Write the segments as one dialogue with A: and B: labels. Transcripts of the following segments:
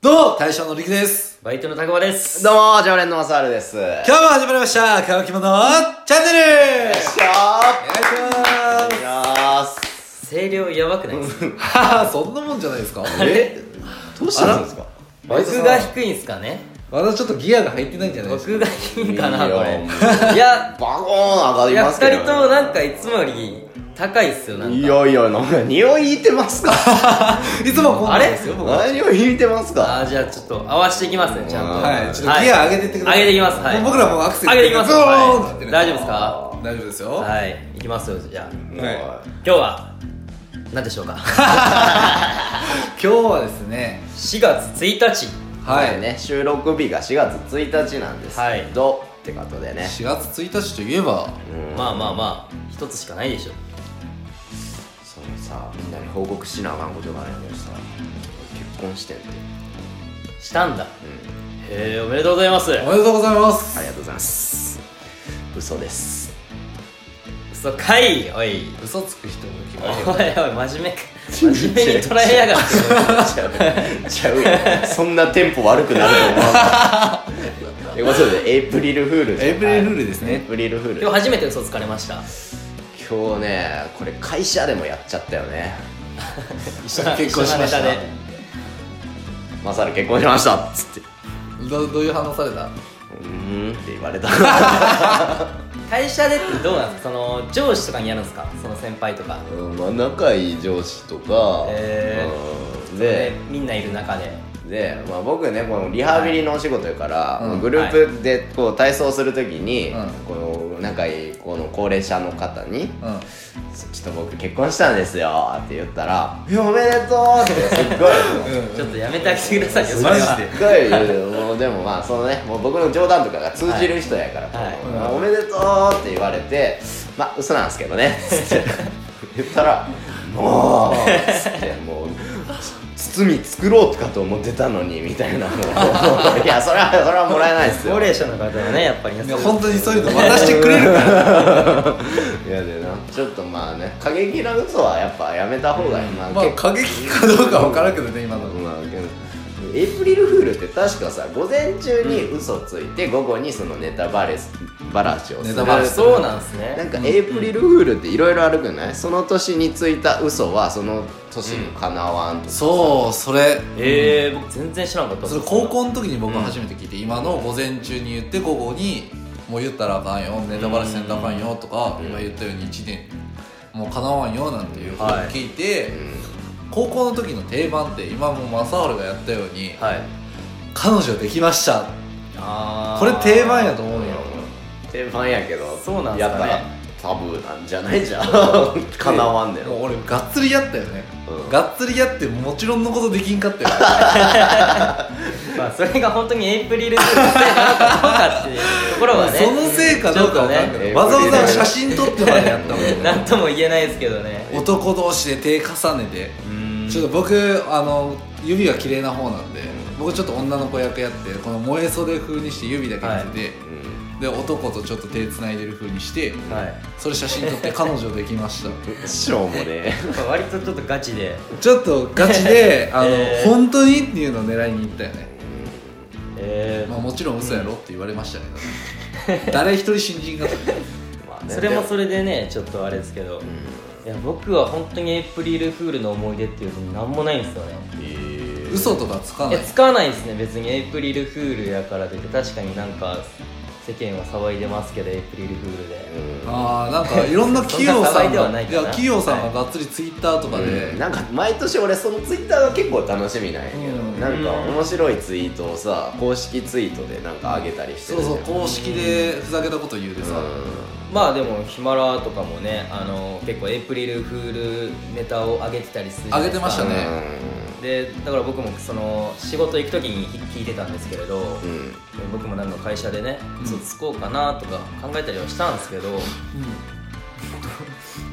A: どうも大将のりくです
B: バイトのたくまです。
C: どうも、常連のマサールです。よっ
A: 今日も始まりました乾き物チャンネル
C: しゃ
A: お願いし
C: ーいやーす。
B: 声量やばくないですか
A: ますははそんなもんじゃないですか
C: えどうしたんですか
A: バイトさん
B: 僕が低いんすかね
A: まだちょっとギアが入ってないんじゃないですか
B: 僕が低いんかない
C: いよ
B: これ。いや、
C: バコーン上が
B: い
C: り
B: や、
C: ますけ
B: 二
C: ど、
B: 人ともなんかいつもより高いっすよ、なん
C: い
B: か。
C: やいや、なんか匂いいてますか
A: いつもこんなんですよ僕は
C: 何をいてますか
B: あー、じゃあちょっと合わしていきますね、ちゃんと。
C: あ
A: はいちょっとギア上げてってください
B: 上げていきます、は
A: も
B: い。
A: う僕らもうアクセル
B: 上げていきます。
A: ズーンって言って
B: はい
A: ね
B: 大丈夫ですか
A: 大丈夫ですよ
B: はい。いきますよ、じゃあ。今
A: は
B: 日は、何でしょ うか。
A: 今日はですね
B: 4月1日。
A: は
C: はいい、ね、収録日が4月1日なんですけど、ってことでね
A: 4月1日といえば
B: まあまあまあ、一つしかないでしょ。
C: それさみんなに報告しなあかんことがあるんだけどさ結婚してんって、
B: したんだ。
C: うん、
B: へえ、おめでとうございます。
A: おめでとうございます
C: ありがとうございます嘘です
B: 嘘かい、おい。
A: 嘘つく人も来
B: お
A: ま
B: い
A: す
B: おい真面目か真面目に捉えやがって
C: ちゃう ちゃうよ そんなテンポ悪くなると思わないということでエイプリルフールじゃん
A: エイプリルフールですね
C: エイプリルフール
B: 今日初めて嘘つかれました
C: 今日ねこれ会社でもやっちゃったよね
A: 一緒に結婚しました
B: 一緒のネ
C: マサル結婚しましたっつって
A: どどういう反応された
C: うーんって言われた
B: タで会社でってどうなんですかその上司とかにやるんですかその先輩とか
C: うんまあ仲いい上司とか、
B: へ
C: うん
B: で
C: で
B: みんないる中で
C: で、まあ、僕ねこのリハビリのお仕事やから、
A: はいうん
C: グループでこう体操するときに、
A: うん
C: この仲いいこの高齢者の方に
A: うん
C: ちょっと僕結婚したんですよって言ったら「えおめでとう!」ってすっごい
B: ちょっとやめてあげてくださいよ
A: うん
B: それ
A: マ
B: は
A: ジで
C: っごい言うもうでもまあそのねもう僕の冗談とかが通じる人やから、
B: はい
C: こうまあおめでとう!」って言われて「まあ嘘なんですけどね」つって言ったら「もう!」つってもう。包み作ろうかと思ってたのにみたいなもういやそれはそれはもらえないです
B: 高
C: よ
B: 齢者の方はねやっぱり
A: いや本当にそういうの渡してくれるから
C: いやでなちょっとまあね過激な嘘はやっぱやめた方がいい、まあ
A: まあ
C: 結構
A: 過激かどうかわからんけどね今の
C: まあけどエイプリルフールって確かさ午前中に嘘ついて、午後にそのネタバレすばらしをす
A: ネ
C: る
A: タバレ
B: あそうなんすね
C: なんかエイプリルフールっていろいろあるくない、その年についた嘘はその年にかなわんとかさ、
A: そうそれ
B: ええ僕全然知らなかった
A: それ高校の時に僕は初めて聞いて、今の午前中に言って午後にもう言ったらあかんよネタバレせんとあかんよとか、
C: うん
A: 今言ったように1年もうかなわんよなんていうことを
B: はい
A: 聞いて、高校の時の定番って今もう正治がやったように、
B: はい
A: 彼女できました
B: あー
A: これ定番やと思うよ
C: 定番やけど
B: そうなんす
C: や
B: か
C: っ
B: ね
C: ぱタブーなんじゃないじ ゃんかなわんねん
A: もう俺がっつりやったよね、
C: うん
A: がっつりやってもちろんのことできんかったよ
B: まあそれが本当にエイプリルフールのせいなのかどうかっていうところはね
A: そのせいかどうかわかんないけど、
C: ちょっとね
A: わざわざ写真撮ってまでやったもんね
B: 何とも言え ないですけどね
A: 男同士で手重ねて
B: うん
A: ちょっと僕あの指が綺麗な方なんで僕ちょっと女の子役やってこの燃え袖風にして指だけ見せて、で男とちょっと手繋いでる風にして
B: はい
A: それ写真撮って彼女できました
C: うん師匠もね
B: 割とちょっとガチで
A: ちょっとガチであの、
B: えー
A: 本当にっていうのを狙いに行ったよね、
B: え
A: まあ、もちろん嘘やろって言われましたけ ど、誰一人信じんかった
C: まあ
B: ー
C: ね
B: それも
C: で
B: それでねちょっとあれですけど、いや僕は本当にエイプリルフールの思い出っていうのなんもないんですよね
C: えー
A: 嘘とかつか
B: い
A: ない
B: や使わないですね別にエイプリルフールやからといって確かになんか世間は騒いでますけどエイプリルフールで、
A: あーなんかいろんな企業さん
B: そんな騒いでは
A: が
B: ない
A: い
B: かな
A: や企業さんががっつりツイッターとかで、
C: なんか毎年俺そのツイッターが結構楽しみなんやけど、
A: うん
C: なんか面白いツイートをさ公式ツイートでなんか上げたりし
A: そ
C: てる
A: う
C: じゃん
A: そう公式でふざけたこと言うでさ、
B: まあでもヒマラとかもねあの結構エイプリルフールネタを上げてたりするじゃないで
A: 上げて
B: すか
A: ましたね
B: でだから僕もその仕事行く時に聞いてたんですけれど、
C: うんうん
B: 僕もなんか会社でね
A: うん
B: 嘘つこうかなとか考えたりはしたんですけど、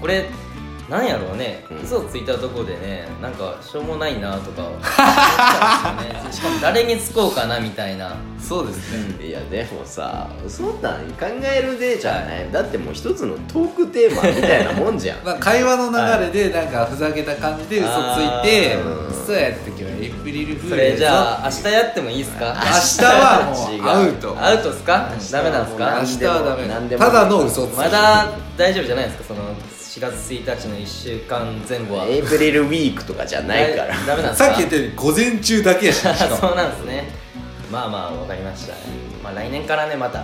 B: これなんやろうね、
C: うん
B: 嘘ついたとこでねなんかしょうもないなとか思ったんですよ ねしかも誰につこうかなみたいな
A: そうですね、
C: いやでもさそんなん考えるでじゃないだってもう一つのトークテーマみたいな もんじゃん
A: なんか会話の流れでなんかふざけた感じで嘘ついて
B: あ
C: ー
A: 「嘘やった時はエイエイプリルフール
B: それじゃあ明日やってもいいですか
A: 明日はもうアウト
B: アウトっすかダメなんす
A: 明
B: か
A: 日はダメ
C: 何でも
A: ただの嘘つき
B: まだ大丈夫じゃないですかその4月1日の1週間前後は
C: エイプリルウィークとかじゃないから
B: ダメなんですか
A: さっき言ったように午前中だけやししかも
B: そうなんですねまあまあわかりましたまあ来年からねまた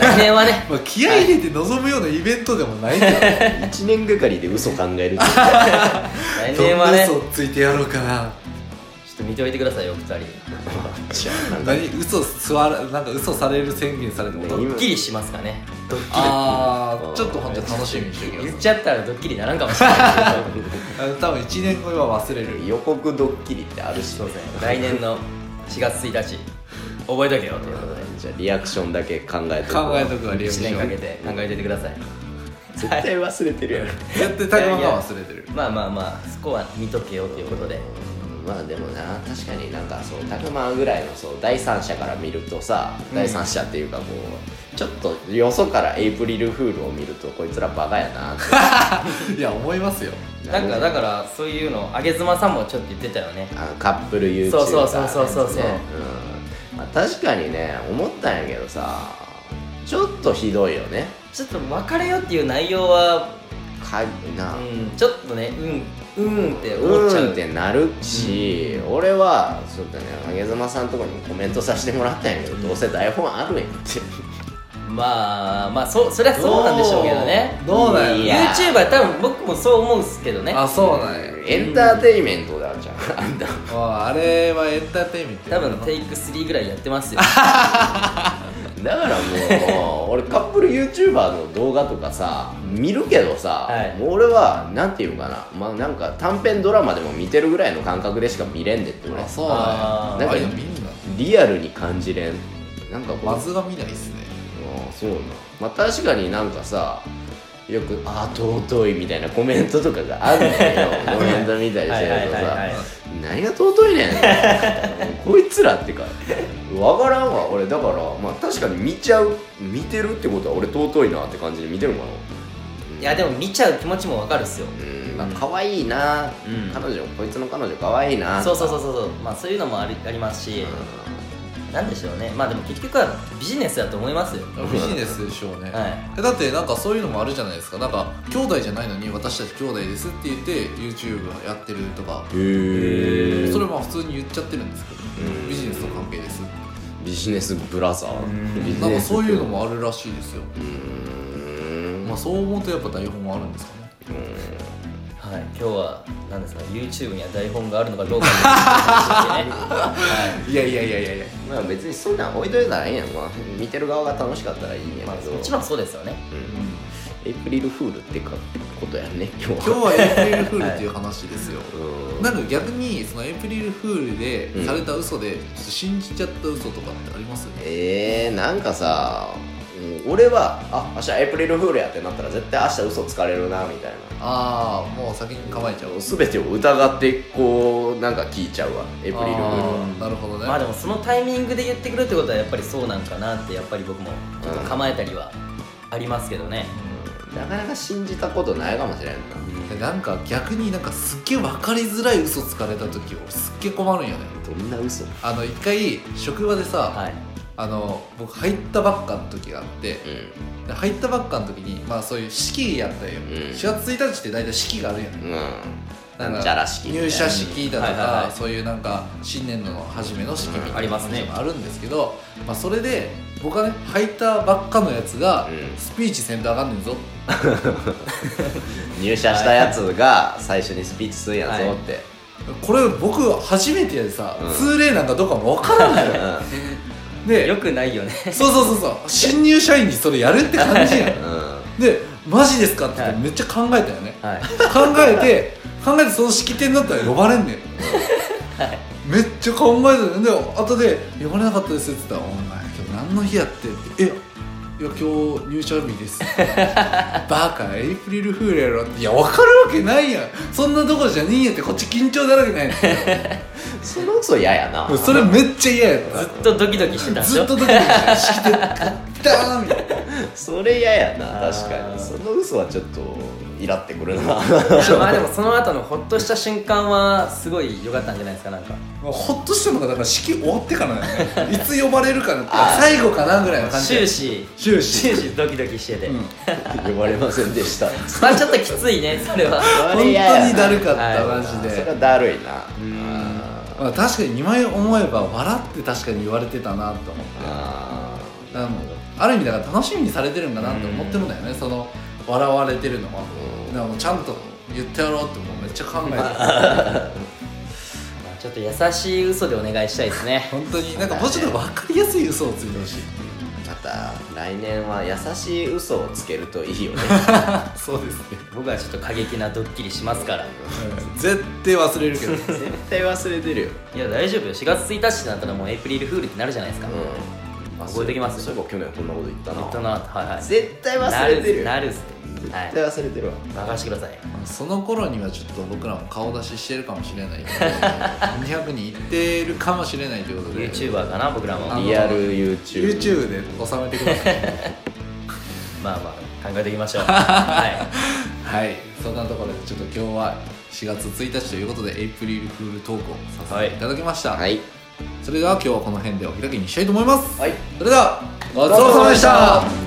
B: 来年 はね
A: まあ、気合い入れて臨むようなイベントでもない けど
C: 1年がかりで嘘考え るって
B: 来
A: ど
B: 年
A: ん
B: は
A: な
B: ねち
A: 嘘
B: ょ
A: をついてやろうかな
B: っと見ておいてくださいよお二人
C: じゃあなんか
A: 何嘘吸わらなんか嘘される宣言されても
C: ね
A: ど
B: ドッキリしますかねドッキリ
A: あ
C: う
A: あ
C: ん
A: ちょっと本当に楽しみにしておき
B: 言っ
A: ます
B: ちゃったらドッキリならんかもしれないけど
A: あの多分1年後は忘れる
C: 予告ドッキリってあるし
B: そうですね 来年の4月1日覚えとけよということで
C: じゃあリアクションだけ考えて
A: 考えとくわリアク
B: 1
A: シ
B: 年
A: ョ
B: か
A: ン
B: けて考えていてください
C: 絶対忘れてるやろ
A: 絶対タイマンが忘れてる
B: まあまあまあそこは見とけよということで
C: まあでもな確かになんかそうタクマンぐらいのそう第三者から見るとさ第三者っていうかこうちょっとよそからエイプリルフールを見るとこいつらバカやなって
A: いや思いますよ
B: なんかだからそういうのあげ妻さんもちょっと言ってたよね
C: あのカップル YouTuber
B: そうそうそうそうそうそう
C: ねうんまあ、確かにね思ったんやけどさちょっとひどいよね
B: ちょっと別れよっていう内容は
C: かな、
B: うんちょっとねうんうんって
C: う
B: 思っちゃ
C: ー
B: うん
C: ってなるし、俺はちょっとね影妻さんとこにもコメントさせてもらったんやけど、どうせ台本あるやんって
B: まあまあそうそりゃそうなんでしょうけどね
A: どうなん
C: い
A: や
C: や
B: YouTuber 多分僕もそう思うんすけどね
A: あそうなんや
C: エンターテインメントであるじゃんあんた
A: ああれはエンターテインメント
B: 多
A: やから
B: 分
A: な
B: テイク3ぐらいやってますよ
C: だからもう俺カップル YouTuber の動画とかさ見るけどさ、
B: はい
C: もう俺はなんていうかなまあなんか短編ドラマでも見てるぐらいの感覚でしか見れんでって俺
A: あそうなんや
B: あ
C: ー
A: ああいうの見んな
C: リアルに感じれんなんかこう
A: まずは見ないっすね
C: ああそうなまあ確かになんかさよく「ああ尊い」みたいなコメントとかがあるん だよコメント見たりしてるとさ何が尊いねん こいつらってか分からんわ俺だからまあ確かに見ちゃう見てるってことは俺尊いなって感じで見てるのかない
B: やでも見ちゃう気持ちもわかるっすよ
C: うんまあ可愛いな、
B: うん
C: 彼女こいつの彼女可愛いな
B: そうそうそうそうそうまあそういうのもありありますしなんでしょうねまあでも結局はビジネスだと思いますよ
A: ビジネスでしょうね、
B: は
A: えだってなんかそういうのもあるじゃないですかなんか兄弟じゃないのに私たち兄弟ですって言って YouTube やってるとか
C: うんへえ
A: それも普通に言っちゃってるんですけど
C: うん
A: ビジネスの関係です
C: ビジネスブラザ
B: うん
C: ービジ
A: なん
C: ネ
A: か
C: ス
A: そういうのもあるらしいですよ、
C: うーん
A: まあ、そう思うとやっぱ台本はあるんですかね
B: はい今日は何ですか YouTube には台本があるのかどうかっていう話で ね
A: いやいやいやいやいや
C: まあ別にそんなん置いといたらいいやん、まあ、見てる側が楽しかったらいいんや
B: まあ
C: けど、
B: もちろんそうですよね
C: エイプリルフールってかことやんね今日
A: 今
C: は
A: 日はエイプリルフールっていう話ですよ、
C: うん
A: なんか逆にそのエイプリルフール
C: う
A: で
C: ん
A: された嘘でちょっと信じちゃった嘘とかってあります
C: えー、なんかさうん俺はあ明日エイプリルフールやってなったら絶対明日嘘つかれるなみたいな
A: ああもう先に構えちゃう
C: 全てを疑ってこうなんか聞いちゃうわエイプリルフール
A: あ
C: は
A: ーなるほどね、
B: まあでもそのタイミングで言ってくるってことはやっぱりそうなんかなってやっぱり僕もちょっと構えたりはありますけどね
C: なかなか信じたことないかもしれんな
A: でなんか逆になんかすっげえ分かりづらい嘘つかれた時俺すっげえ困るんよね
C: どんな嘘
A: あの一回職場でさ、
B: はい
A: あの僕入ったばっかの時があって
C: う
A: で入ったばっかの時にまあそういう式やったんよ、
C: ん
A: 4月1日って大体式があるやん
C: うん
A: な
C: なんん
A: か
C: ちゃら式みたい
A: 入
C: な
A: 社式だとか、
B: はいはいはい
A: そういうなんか新年度の初めの式みたい
B: うん
A: な
B: ありますね
A: のもあるんですけど、まあ、それで僕はね入ったばっかのやつが、
C: うん
A: スピーチせんとあかんねんぞ
C: 入社したやつが最初にスピーチするや
B: は
C: ぞ
B: い
C: って、
A: これ僕初めてやでさ、
C: うん
A: 通例なんかどうかも分からないの よ
B: よ
A: で
B: くないよね
A: そうそうそうそう新入社員にそれやるって感じやん
C: うんうん
A: でマジですかって言って
B: はい
A: めっちゃ考えたよね、
B: はい
A: 考えて考えてその式典だったら呼ばれんねん、めっちゃ考えてたんで後で「呼ばれなかったです」って言ったら「お前今日何の日やって」って「えいや今日入社日です」バカエイプリルフールやろ」って「いや分かるわけないやんそんなとこじゃねえんや」ってこっち緊張だらけないの
C: その嘘嫌やな
A: もうそれめっちゃ嫌やっ
B: ずっとドキドキしてた
A: た
B: んでし
A: ず
B: ょ
A: っとドキドキして式典ダーンみたいな
C: それ嫌やな
B: あー
C: 確かにその嘘はちょっとイラってくるな
B: まあでもその後のほっとした瞬間はすごい良かったんじゃないですかなんか
A: まあほっとしたのがだから式終わってからだよねいつ呼ばれるかなって最後かなぐらいの感じ
B: 終始
A: 終始
B: 終始ドキドキしてて、
A: うん
C: 呼ばれませんでした
B: まあちょっときついねそれは
A: 本当にだるかっ
B: はい
A: たマジ
C: それ
A: で
C: はだるいな
A: まあ確かに2枚思えば笑って確かに言われてたなと思って
C: あ
A: あのある意味だから楽しみにされてるんだなって思ってるんだよねその笑われてるのはだからもうちゃんと言ってやろうってもうめっちゃ考えてる
B: まあちょっと優しい嘘でお願いしたいですね
A: 本当になんかもうちょっと分かりやすい嘘をついてほしい
C: ーまた来年は優しい嘘をつけるといいよね
A: そうですね
B: 僕はちょっと過激なドッキリしますから
A: 絶対忘れるけど
C: 絶対忘れてるよ
B: いや大丈夫よ4月1日になったらもうエイプリルフールってなるじゃないですか、
C: うん
B: 覚えてきます
C: そういえば去年こんなこと言ったな
B: 言ったなはいはい
C: 絶対忘れてるよ
B: なるっすなるっすっては
C: 絶対忘
B: い
C: れてるわ
B: 任してください
A: その頃にはちょっと僕らも顔出ししてるかもしれないけど200人いってるかもしれないということで
B: YouTuber かな僕らも
A: あの
C: リアル YouTube
A: YouTube で収めてください
B: まあまあ考えていきましょうはい
A: はいそんなところでちょっと今日は4月1日ということでエイプリルフールトークをさせていただきました、
C: はい
A: それでは今日はこの辺でお開きにしたいと思います、
C: はい
A: それではごちそうさまでした